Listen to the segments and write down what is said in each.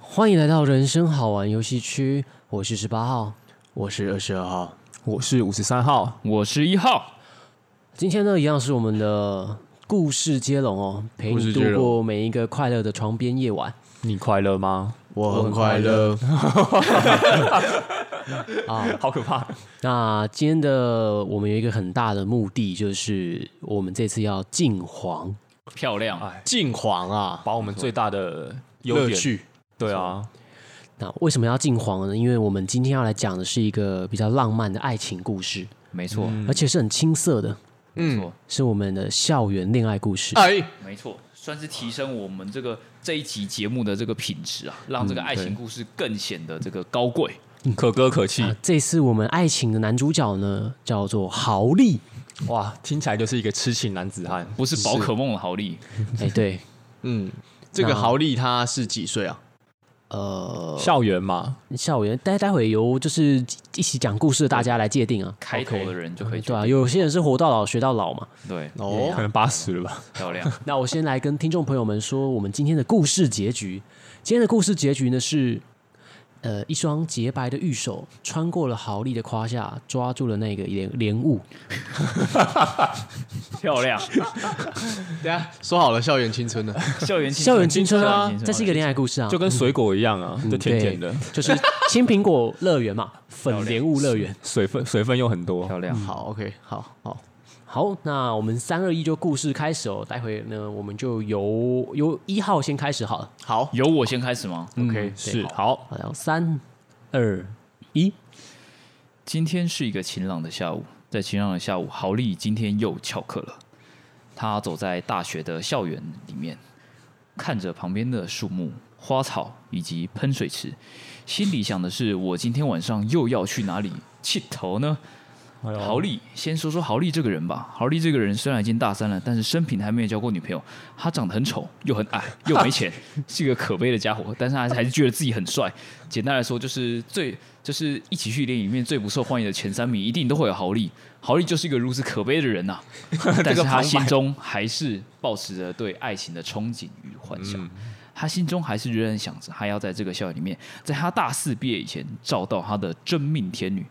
欢迎来到人生好玩游戏区，我是十八号。我是二十二号，我是五十三号，我是一号，今天呢，一样是我们的故事接龙哦，陪故你事度接龙过每一个快乐的床边夜晚你快乐吗？ 我很快乐。啊。好可怕！那今天的我们有一个很大的目的，就是我们这次要进黄。漂亮，哎，进皇啊，把我们最大的优乐点，趣对啊，那为什么要进黄呢？因为我们今天要来讲的是一个比较浪漫的爱情故事，没错，而且是很青涩的，嗯没错，是我们的校园恋爱故事。哎，没错，算是提升我们这个这一集节目的这个品质啊，让这嗯个爱情故事更显得这个高贵。可歌可泣啊，这次我们爱情的男主角呢，叫做豪利。哇，听起来就是一个痴情男子汉。不是宝可梦的好力，哎，对，嗯，这个那豪利他是几岁啊？呃，校园嘛，校园，待待会由就是一起讲故事的大家来界定啊。开头的人就可以对啊，有些人是活到老学到老嘛。嗯对，哦可，能八十了吧？漂亮，那我先来跟听众朋友们说，我们今天的故事结局。今天的故事结局呢是，呃，一双洁白的玉手穿过了豪利的胯下，抓住了那个莲莲雾。漂 亮，对啊，说好了校园青春呢？校园青春校园青春啊，校园青春这是一个恋爱故事啊，就跟水果一样嗯啊，就甜甜的，就是青苹果乐园 嘛，粉莲雾乐园。水分水分又很多。啊漂亮，好，OK，好嗯好，好，那我们三二一就故事开始哦。待会呢，我们就由由一号先开始好了。好由我先开始吗？嗯，OK，是好，好，然后三二一，今天是一个晴朗的下午，在晴朗的下午，豪利今天又翘课了。他走在大学的校园里面，看着旁边的树木、花草以及喷水池，心里想的是：我今天晚上又要去哪里气头呢？豪利，先说说豪利这个人吧。豪利这个人虽然已经大三了，但是生平还没有交过女朋友。他长得很丑，又很矮，又没钱，是一个可悲的家伙。但是他还是觉得自己很帅。简单来说，就是最就是一起去电影里面最不受欢迎的前三名，一定都会有豪利。豪利就是一个如此可悲的人呐、啊但是他心中还是保持着对爱情的憧憬与幻想。他心中还是仍然想着，他要在这个校园里面，在他大四毕业以前，找到他的真命天女。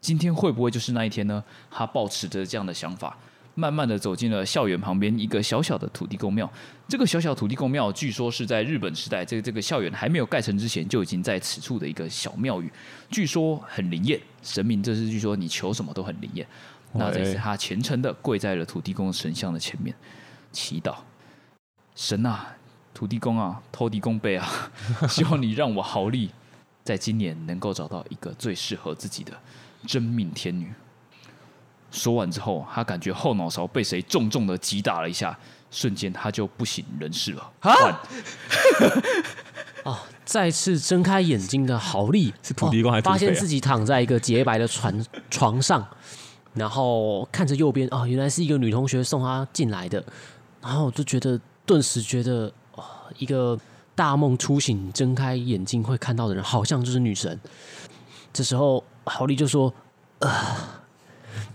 今天会不会就是那一天呢？他抱持着这样的想法，慢慢的走进了校园旁边一个小小的土地公庙。这个小小土地公庙，据说是在日本时代，这这个校园还没有盖成之前，就已经在此处的一个小庙宇，据说很灵验，神明这是据说你求什么都很灵验。那这次他虔诚的跪在了土地公神像的前面祈祷：“神啊，土地公啊，偷地公背啊， 希望你让我豪利在今年能够找到一个最适合自己的真命天女。”说完之后，他感觉后脑勺被谁重重的击打了一下，瞬间他就不省人事了。换再次睁开眼睛的豪利是土地公还是土匪啊发现自己躺在一个洁白的床床上，然后看着右边哦，原来是一个女同学送他进来的，然后就觉得顿时觉得哦，一个大梦初醒，睁开眼睛会看到的人好像就是女神。这时候豪利就说：“哎呃。”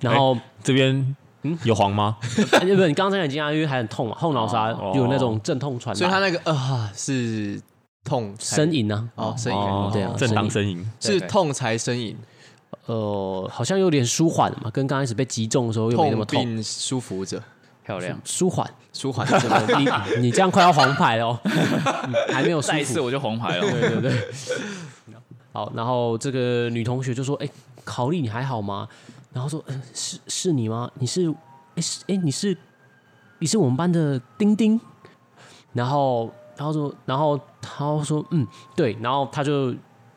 然后，这边嗯有黄吗？哎不、你刚才很惊讶，因为还很痛嘛，后脑勺哦有那种阵痛传所以他来，那个呃是痛才呻吟呢、哦，呻哦吟，对啊正当呻吟。是痛才呻吟，呃，好像有点舒缓了嘛，跟刚开始被击中的时候又没那么痛痛，并舒服着，漂亮，舒缓。舒缓你你这样快要黄牌了、哦，嗯还没有舒再一次服。我就红牌了。 好，然后这个女同学就说：“哎、考利，你还好吗？”然后说：“呃、是是你吗？你是哎是哎你是你是我们班的丁丁。”然后他说，然后他说：“嗯，对。”然后他就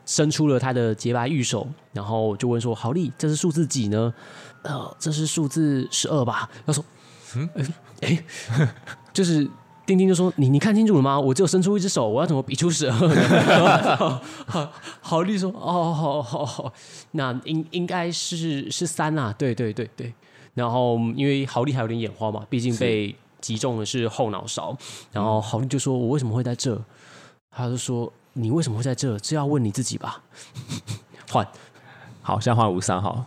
伸出了他的洁白玉手，然后就问说：“豪利，这是数字几呢？”呃，这是数字十二吧？他说：“嗯，哎， 就是丁丁就说你你看清楚了吗？我只有伸出一只手，我要怎么比出十二呢？豪利说：哦，好好好，那应应该是是三啦、对对对对。然后因为豪利还有点眼花嘛，毕竟被击中的是后脑勺。然后豪利就说：我为什么会在这？他就说：你为什么会在这？这要问你自己吧。换 好，现在换五三号。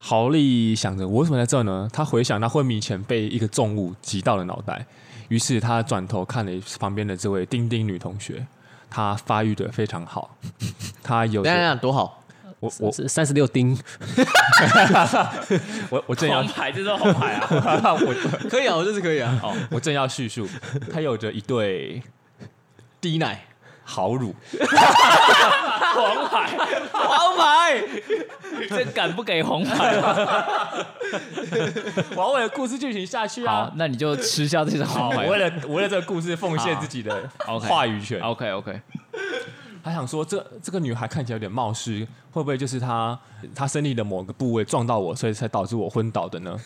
豪利想着我为什么在这呢？他回想他昏迷前被一个重物击到了脑袋，于是他转头看了旁边的这位丁丁女同学，他发育的非常 好，他有等一下等一着下多好，我我三十六丁，我我正要红牌，这是红牌啊！我 可以啊，我这次可以啊。我正要叙述，他有着一对 低奶好乳，红牌，黄牌， 这敢不给红牌？啊我要为了故事剧情下去 好啊，！那你就吃下这张好，我红牌。为了我为了这个故事奉献自己的 OK 话语权。 OK OK，他想说，这这个女孩看起来有点冒失，会不会就是她她身体的某个部位撞到我，所以才导致我昏倒的 呢？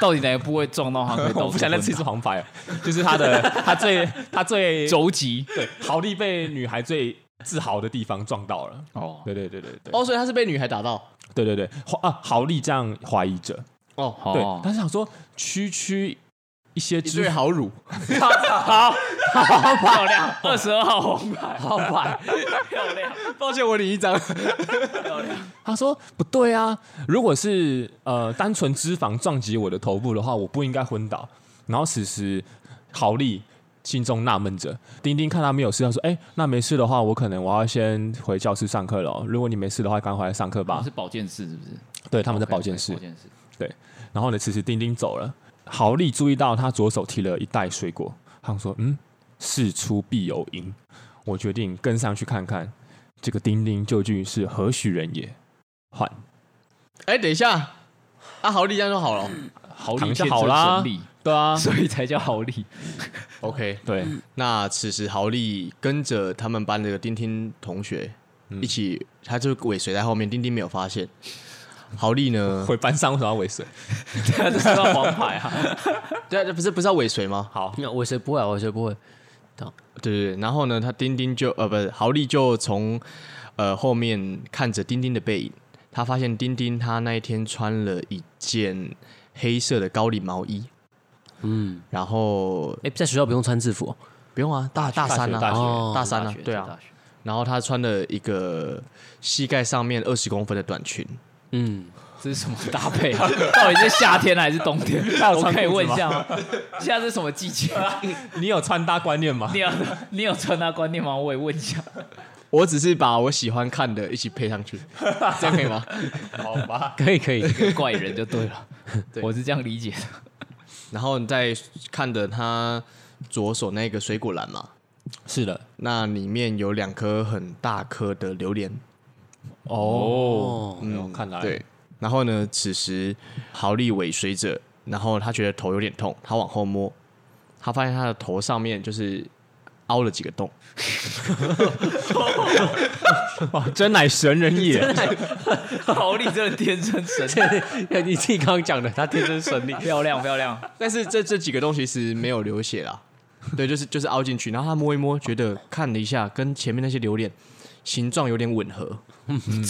到底哪个部位撞到他可以导致我不想再吃一次昏黄牌了， 就是她的她最她最倒肘击对豪利被女孩最自豪的地方撞到了。哦，对对对对对哦，所以他是被女孩打到对对对，华啊豪利这样怀疑着，哦，对好，他是想说区区一些一脂对好乳，漂亮， 二十二号红牌，好吧，漂亮，抱歉我领一张，他说不对啊，如果是呃单纯脂肪撞击我的头部的话，我不应该昏倒。然后此时豪利心中纳闷着，丁丁看他没有事，他说：“哎、那没事的话，我可能我要先回教室上课了哦。如果你没事的话，赶快回来上课吧哦是。保健室是不是？”对，他们在保健 OK，OK，室保。健室，然后呢，此时丁丁走了，豪利注意到他左手提了一袋水果，他说：“嗯，事出必有因，我决定跟上去看看这个丁丁究竟是何许人也。”换哎，等一下，啊，好力这样就好了好躺力下好啦健身对啊力， 所以才叫好 力。 ，OK。对，那此时豪利跟着他们班的丁丁同学一起，他就尾随在后面，丁丁没有发现。豪利呢？回班上为什么要尾随？他就知道黄牌啊， 对啊，不是不是要尾随吗？好，那我谁不会啊，我谁不会？对对对。然后呢，他丁丁就呃不是豪利就从呃后面看着丁丁的背影，他发现丁丁他那一天穿了一件黑色的高领毛衣，嗯，然后哎，在学校不用穿制服哦，不用啊，大大三大啊，学哦大三啊学，对啊大学然后他穿了一个膝盖上面二十公分的短裙，嗯，这是什么搭配啊？ 到底是夏天 还是冬天？他有我穿可以裤子问一吗下吗？现在是什么季节？ 你有穿搭观念吗你？有你有穿搭观念吗？我也问一下。我只是把我喜欢看的一起配上去，这样可以吗？好吧，可以可以，怪人就 对了，对我是这样理解的。然后你再看着他左手那个水果篮嘛，是的，那里面有两颗很大颗的榴莲，哦，嗯嗯，看来对。然后呢，此时豪利尾随着，然后他觉得头有点痛，他往后摸，他发现他的头上面就是凹了几个洞， 哇，真乃神人也， 好力真的天生神 力，你自己刚刚讲的，他天生神力， 漂亮漂亮。但是这这几个洞其实没有流血啦， 对，就是就是凹进去，然后他摸一摸，觉得看了一下，跟前面那些榴莲形状有点吻合，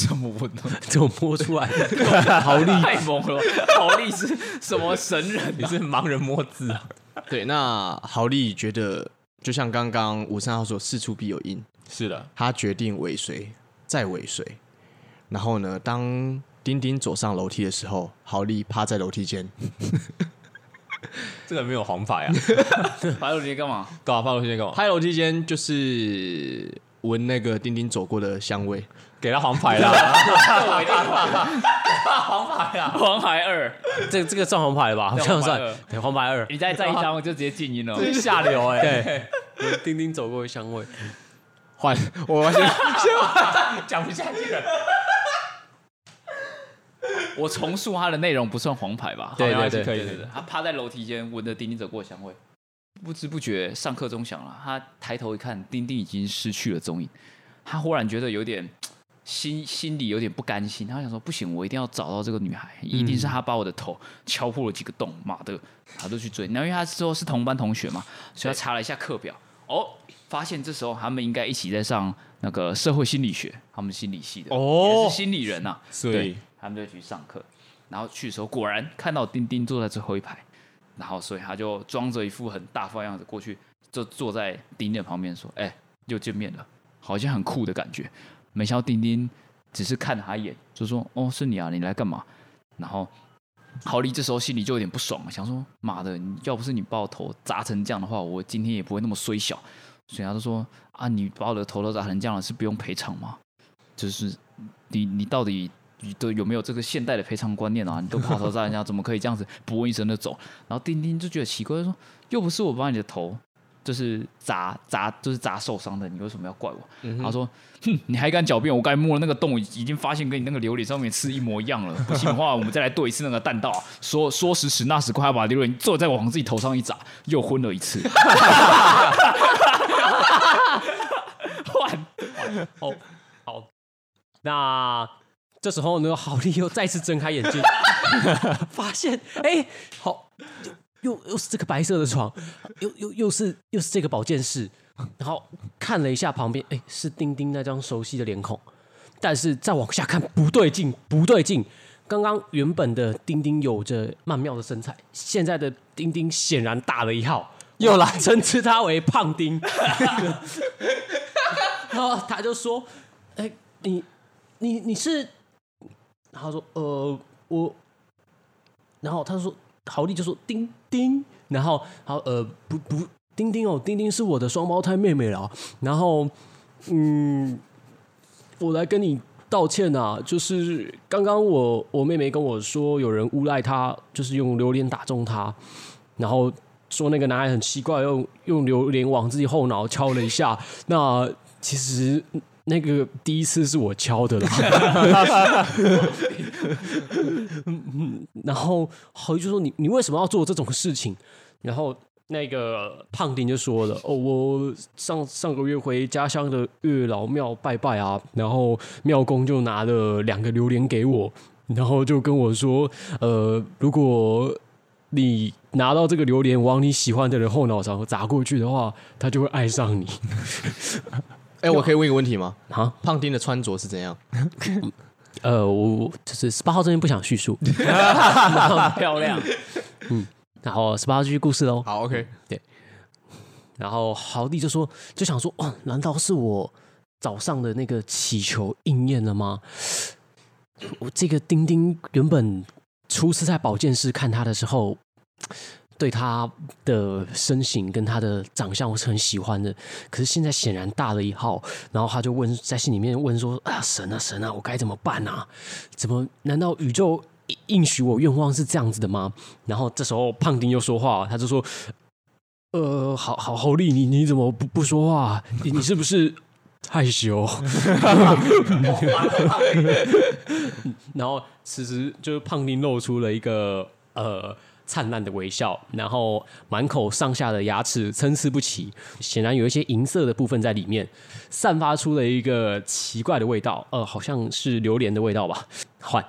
这么稳啊， 怎么摸出来的？豪力太猛了吧，豪力是什么神 人你是盲人摸字啊？对，那豪利觉得就像刚刚吴三号说，事出必有因， 是的，他决定尾随，再尾随。然后呢，当丁丁走上楼梯的时候，豪利趴在楼梯间，这个没有黄 牌啊，啊？白鹿你在干嘛？搞啊，发过去干嘛？趴在楼梯间就是闻那个丁丁走过的香味。给他黄牌 啦，我一定黄牌啊！ 黄海二，这这个算黄牌吧？好像算对对，黄黄牌，牌二，你再再一张我 就直接静音了。这是下流哎、对， 丁丁走过的香味，换 我先，讲不下去了。我重述它的内容不算黄牌吧？对好没关系对对可以对对对，他趴在楼梯间闻着丁丁走过的香味，不知不觉上课钟响了，他抬头一看，丁丁已经失去了踪影，他忽然觉得有点心心里有点不甘心，他想说不行，我一定要找到这个女孩，一定是她把我的头敲破了几个洞，妈的，他就去追。然后因为他之后是同班同学嘛，所以他查了一下课表，哦，发现这时候他们应该一起在上那个社会心理学，他们心理系的哦也是心理人呐、啊，所对以，他们就去上课，然后去的时候果然看到丁丁坐在最后一排，然后所以他就装着一副很大方样子过去，就坐在丁丁的旁边说：“哎、又见面了，好像很酷的感觉。”没想到丁丁只是看了他一眼，就说：“哦，是你啊，你来干嘛？”然后豪利这时候心里就有点不爽了，想说：“妈的，你要不是你把我头砸成这样的话，我今天也不会那么衰小。”所以他就说啊，你把我的头都砸成这样了，是不用赔偿吗？就是你你到底都有没有这个现代的赔偿观念啊？你都把头砸人家，怎么可以这样子不问一声就走？ 然后丁丁就觉得奇怪，就说又不是我把你的头就是砸砸就是砸受伤的，你为什么要怪我？嗯然后说哼，你还敢狡辩？我刚才摸了那个洞，已经发现跟你那个榴莲上面刺一模一样了。不信的话，我们再来对一次那个弹道啊，说说时迟那时快，把榴莲坐在往自己头上一砸，又昏了一次。换哦，好，那这时候呢，好利又再次睁开眼 睛，发现哎、好，又又又是这个白色的床，又又又是又是这个保健室，然后看了一下旁边，哎、是丁丁那张熟悉的脸孔，但是再往下看，不对劲，不对劲。刚刚原本的丁丁有着曼妙的身材，现在的丁丁显然大了一号，又来称之他为胖丁。 然后他就说：“哎、你你你是？”他说：“呃，我。”然后他说：“豪利就说丁丁。”然后好呃不不丁丁哦，丁丁是我的双胞胎妹妹啦。然后嗯，我来跟你道歉啊，就是刚刚我我妹妹跟我说有人诬赖她，就是用榴莲打中她，然后说那个男孩很奇怪，用用榴莲往自己后脑敲了一下。那其实那个第一次是我敲的啦。 然后郝宇就说：“你你为什么要做这种事情？”然后那个胖丁就说了：“哦，我上上个月回家乡的月老庙拜拜啊，然后庙公就拿了两个榴莲给我，然后就跟我说，呃，如果你拿到这个榴莲往你喜欢的人后脑勺砸过去的话，他就会爱上你。 哎、我可以问一个问题吗？好，胖丁的穿着是怎样？呃，我我就是十八号这边不想叙述， 漂亮，嗯然后十八号继续故事喽。好，OK，然后豪弟就说，就想说，哦，难道是我早上的那个祈求应验了吗？我这个丁丁原本初次在保健室看他的时候，对他的身形跟他的长相我是很喜欢的，可是现在显然大了一号。然后他就问，在心里面问说：“啊，神啊，神啊，我该怎么办啊？怎么？难道宇宙应应许我愿望是这样子的吗？”然后这时候胖丁又说话，他就说：“呃，好好侯丽，你你怎么不不说话？你你是不是害羞？ 然后此时就是胖丁露出了一个呃灿烂的微笑，然后满口上下的牙齿参差不齐，显然有一些银色的部分在里面，散发出了一个奇怪的味道，呃，好像是榴莲的味道吧？换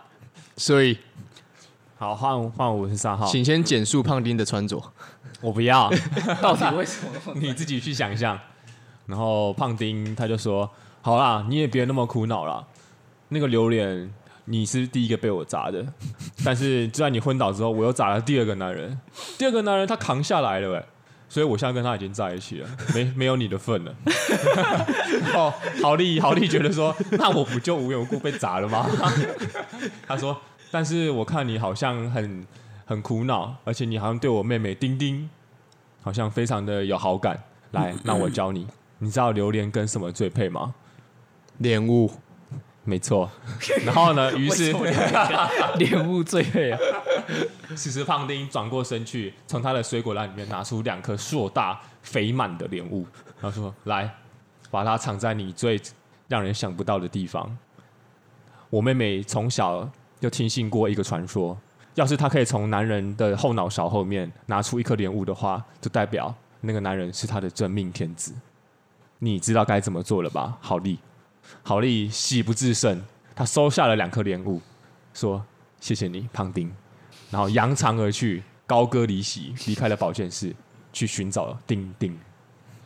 所以好，换换我是三号，请先简述胖丁的穿着。我不要， 到底为什么？ 你自己去想象。然后胖丁他就说：“好啦，你也别那么苦恼啦。那个榴莲你是第一个被我砸的，但是就在你昏倒之后，我又砸了第二个男人，第二个男人他扛下来了、欸，所以我现在跟他已经在一起了，没没有你的份 了。哦，豪利豪利觉得说，那我不就无缘无故被砸了吗？ 他说，但是我看你好像很很苦恼，而且你好像对我妹妹丁丁好像非常的有好感。来，那我教你，你知道榴莲跟什么最配吗？莲雾，没错。然后 呢，于是 脸部最配啊，此时胖丁转过身去，从他的水果篮里面拿出两颗硕大肥满的莲雾，然后说：“来，把它藏在你最让人想不到的地方。”我妹妹从小就听信过一个传说，要是她可以从男人的后脑勺后面拿出一颗莲雾的话，就代表那个男人是她的真命天子。你知道该怎么做了吧？好利，好利喜不自胜，他收下了两颗莲雾，说：“谢谢你，胖丁。”然后扬长而去，高歌离席，离开了保健室，去寻找丁丁。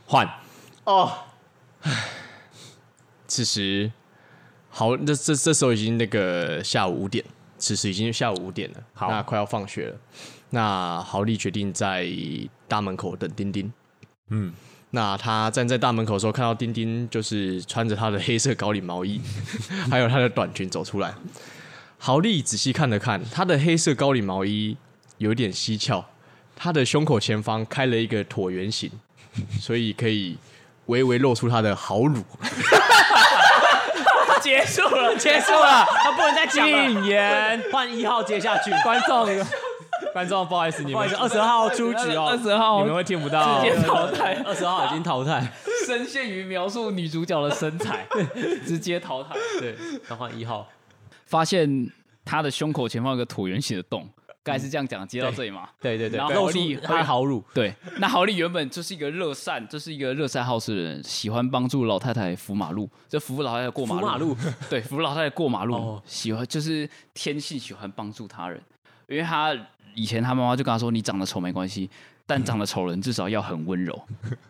换此时，好，这这这时候已经那个下午五点，此时已经下午五点了，好那快要放学了。那豪利决定在大门口等丁丁。嗯，那他站在大门口的时候，看到丁丁就是穿着他的黑色高领毛衣， 还有他的短裙走出来。豪利仔细看了看，他的黑色高领毛衣有点蹊跷，他的胸口前方开了一个椭圆形，所以可以微微露出他的好乳。 结束了，结束了，他不能再讲了禁言，换一号接下去。观众，观众，不好意思，你不好们意思，二十号出局哦， 20号你们会听不到直。接淘汰，二十号已经淘汰，深陷于描述女主角的身材， 直接淘汰。对，要换一号。发现她的胸口前方有个椭圆形的洞，该是这样讲，接到这里吗？对对对，然后露力出他的好乳，对，那郝丽原本就是一个乐善，就是一个乐善好施的人，喜欢帮助老太太扶马路，就扶老太太过扶马路，马路，对，扶老太太过马路，哦喜欢就是天性喜欢帮助他人，因为他以前他妈妈就跟他说，你长得丑没关系，但长得丑人至少要很温柔，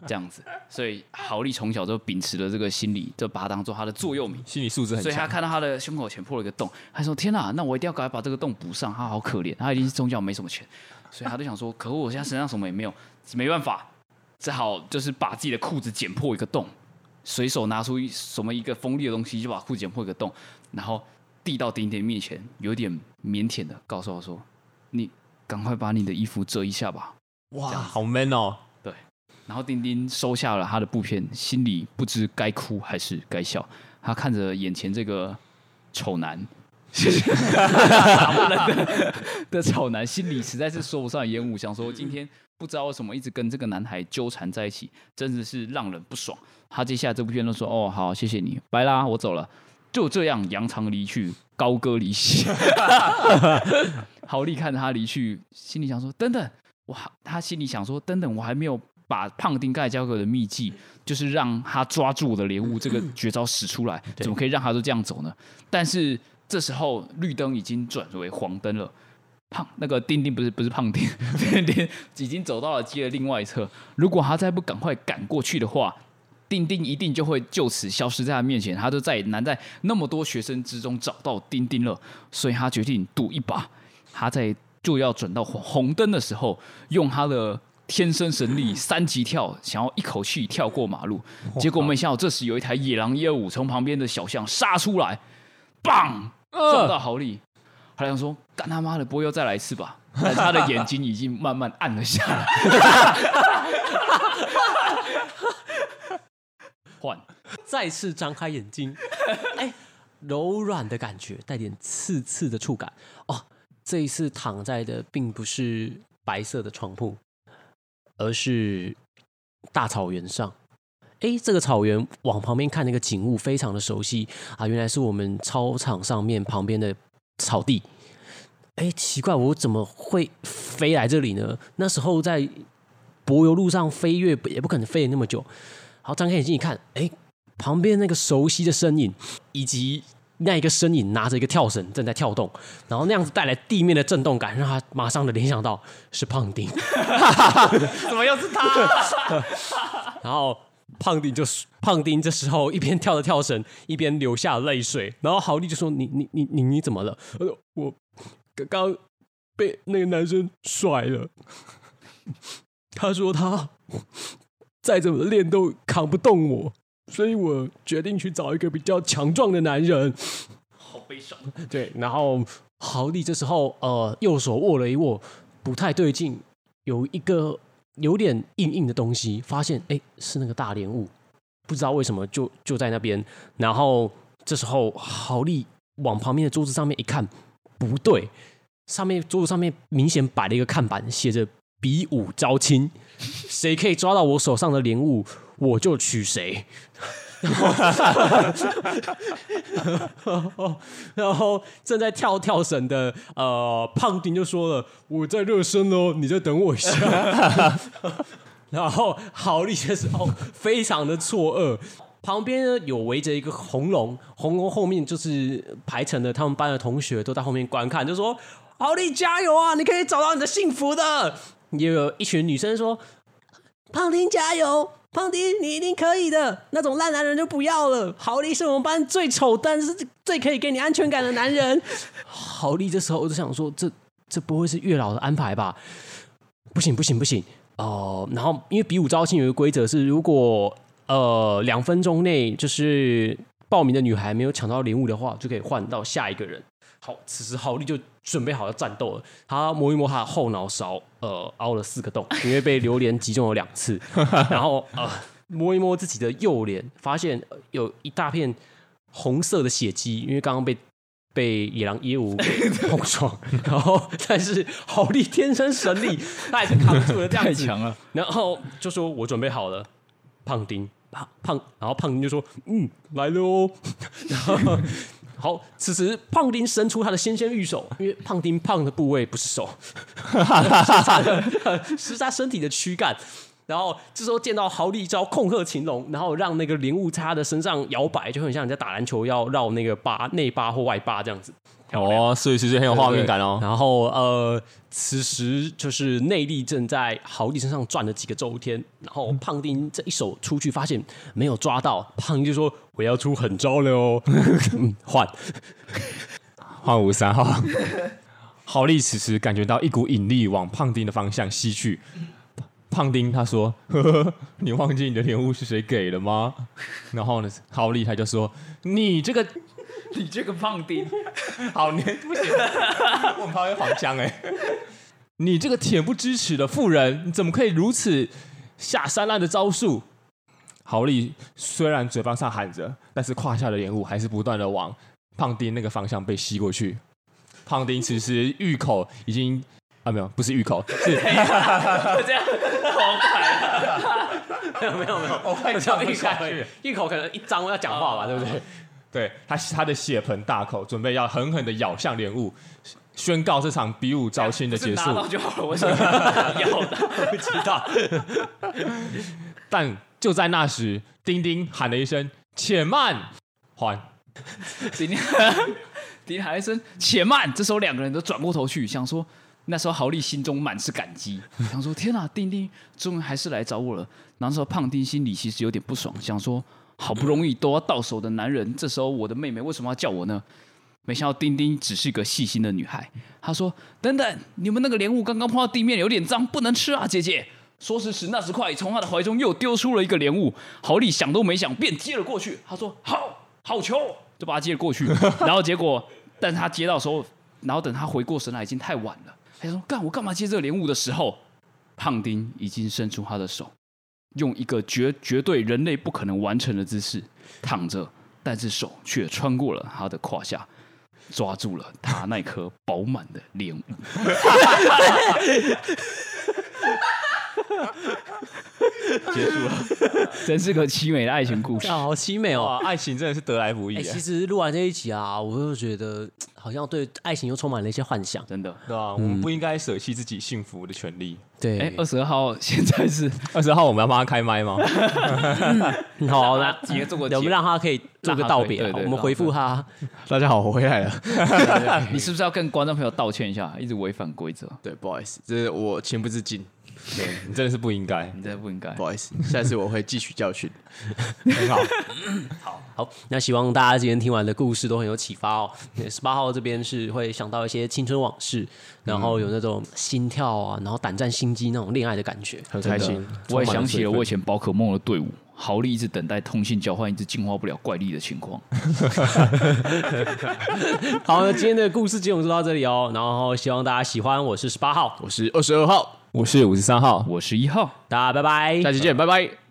这样 子，所以郝丽从小就秉持了这个心理，就把他当做他的座右铭。心理素质很所以他强，看到他的胸口前破了一个洞，他说：“天哪、那我一定要赶快把这个洞补上。”他好可怜，他一定是宗教没什么钱，所以他就想说：“可恶，我现在身上什么也没有，没办法，只好就是把自己的裤子剪破一个洞，随手拿出一什么一个锋利的东西，就把裤子剪破一个洞，然后递到丁丁面前，有点腼腆的告诉他说：‘你赶快把你的衣服遮一下吧。哇，好 man 哦！’然后丁丁收下了他的布片，心里不知该哭还是该笑。他看着眼前这个丑男，傻不愣的的丑男，心里实在是说不上烟雾，想说今天不知道为什么一直跟这个男孩纠缠在一起，真的是让人不爽。他接下来这部片都说：“哦，好，谢谢你，拜啦，我走了。”就这样扬长离去，高歌离席。 豪利看着他离去，心里想说：“等等，我还他心里想说：等等，我还没有把胖丁盖教给我的秘技，就是让他抓住我的莲雾这个绝招使出来，怎么可以让他就这样走呢？”但是这时候绿灯已经转为黄灯了。胖那个丁丁不是不是胖丁， 丁丁已经走到了街的另外一侧。如果他再不赶快赶过去的话，丁丁一定就会就此消失在他面前，他就再也难在那么多学生之中找到丁丁了。所以他决定赌一把。他在就要转到红红灯的时候，用他的天生神力三级跳，想要一口气跳过马路。结果没想到，这时有一台野狼一二五从旁边的小巷杀出来，棒呃撞到豪利。他想说：“干他妈的，不会又再来一次吧？”但是他的眼睛已经慢慢暗了下来。 换再次张开眼睛，哎，柔软的感觉，带点刺刺的触感。哦，这一次躺在的并不是白色的床铺，而是大草原上。哎，这个草原往旁边看那个景物非常的熟悉啊，原来是我们操场上面旁边的草地。哎，奇怪，我怎么会飞来这里呢？那时候在柏油路上飞跃，也不可能飞了那么久。好，张开眼睛一看，哎，旁边那个熟悉的身影，以及那一个身影拿着一个跳绳正在跳动，然后那样子带来地面的震动感，让他马上的联想到是胖丁，怎么又是他？然后胖丁就胖丁这时候一边跳着跳绳，一边流下泪水，然后豪利就说：“你你你你你怎么了？”他说：“我刚刚被那个男生甩了。”他说他再怎么练都扛不动我，所以我决定去找一个比较强壮的男人。好悲伤。对，然后豪利这时候呃右手握了一握，不太对劲，有一个有点硬硬的东西，发现哎是那个大莲雾，不知道为什么就就在那边。然后这时候豪利往旁边的桌子上面一看，不对，上面桌子上面明显摆了一个看板，写着“比武招亲”，谁可以抓到我手上的莲雾，我就娶谁。然后，然后正在跳跳绳的呃胖丁就说了：“我在热身哦，你再等我一下。” 然后豪利这时候非常的错愕，旁边呢有围着一个红龙，红龙后面就是排成了他们班的同学都在后面观看，就说：“豪利加油啊，你可以找到你的幸福的。”也有一群女生说：“胖丁加油！胖丁，你一定可以的。那种烂男人就不要了。豪利是我们班最丑，但是最可以给你安全感的男人。豪利这时候我就想说，这这不会是月老的安排吧？不行不行不行哦、然后因为比武招亲有一个规则是，如果呃两分钟内就是报名的女孩没有抢到礼物的话，就可以换到下一个人。好，此时豪利就准备好要战斗了。他摸一摸他的后脑勺，呃，凹了四个洞，因为被榴莲击中了两次。然后呃，摸一摸自己的右脸，发现呃有一大片红色的血迹，因为刚刚被被野狼耶鹉 给碰撞，然后但是豪利天生神力，他还是扛住了这样 太子，强了，然后就说我准备好了，胖丁胖胖，然后胖丁就说嗯来了哦， 然后。好，此时胖丁伸出他的纤纤玉手，因为胖丁胖的部位不是手， 是他身体的躯干。然后这时候见到豪利招控鹤擒龙，然后让那个莲雾在他的身上摇摆，就很像人家打篮球要绕那个八内八或外八这样子。哦，所以其实很有画面感哦。然后呃，此时就是内力正在豪利身上转了几个周天，然后胖丁这一手出去，发现没有抓到，胖丁就说我要出狠招了哦，嗯换。换五三号，豪利此时感觉到一股引力往胖丁的方向吸去。胖丁他说：“呵呵，你忘记你的莲雾是谁给的吗？”然后呢，豪利他就说：“你这个 你这个胖丁，好年不 行，我们旁边黄腔哎、你这个恬不知耻的妇人，你怎么可以如此下三滥的招数？豪利虽然嘴巴上喊着，但是胯下的莲雾还是不断的往胖丁那个方向被吸过去。胖丁此时玉口已经啊没有，不是玉口，是 这样好牌、啊， 没有没有没有，我快讲不下去了 一口可能一张要讲话吧，对不对？对他他的血盆大口，准备要狠狠的咬向莲雾，宣告这场比武招亲的 结拿束。到就好了，我想要的。不知道，但就在那时，丁丁喊了一声“且慢”，还今 天丁海生，且慢！这时候两个人都转过头去，想说那时候豪利心中满是感激， 想说天啊，丁丁终于还是来找我了。然后那时候胖丁心里其实有点不爽，想说好不容易都要到手的男人，这时候我的妹妹为什么要叫我呢？没想到丁丁只是个细心的女孩，她说：“等等，你们那个莲雾刚刚碰到地面，有点脏，不能吃啊，姐姐。”说时迟，那时快，从她的怀中又丢出了一个莲雾。豪利想都没想，便接了过去。他说：“好好球！”就把他接了过去。然后结果，但是他接到的时候，然后等他回过神来，已经太晚了。他说：“干，我干嘛接这个莲雾的时候，胖丁已经伸出他的手，用一个绝绝对人类不可能完成的姿势躺着，但是手却穿过了他的胯下。抓住了他那颗饱满的莲雾， 结束了，真是个凄美的爱情故事。 好凄美哦。哇，啊爱情真的是得来不易、哎、啊，其实录完这一集啊，我就觉得好像对爱情又充满了一些幻想。真的，对啊，我们不应该舍弃自己幸福的权利。对，哎，二十二号现在是二十号我们要帮他开麦吗？好，让那他 结做个结我们让他可以做个让他道可以别对啊，对我们回复他。大家好，我回来了。你是不是要跟观众朋友道歉一下？一直违反规则，对，不好意思，这是我情不自禁，你真的是不应该。你这不应该不。好意思，下次我会汲取教 训。好，那希望大家今天听完的故事都很有启发哦。十八号这边是会想到一些青春往事，然后有那种心跳啊，然后胆战心惊那种恋爱的感觉。很开心，我也想起了我以前宝可梦的队伍，豪利一直等待通信交换，一直进化不了怪力的情况。好，那今天的故事节目就到这里哦，然后希望大家喜欢。我是十八号，我是二十二号，我是五十三号，我是一号。大家拜拜，下期见，拜拜。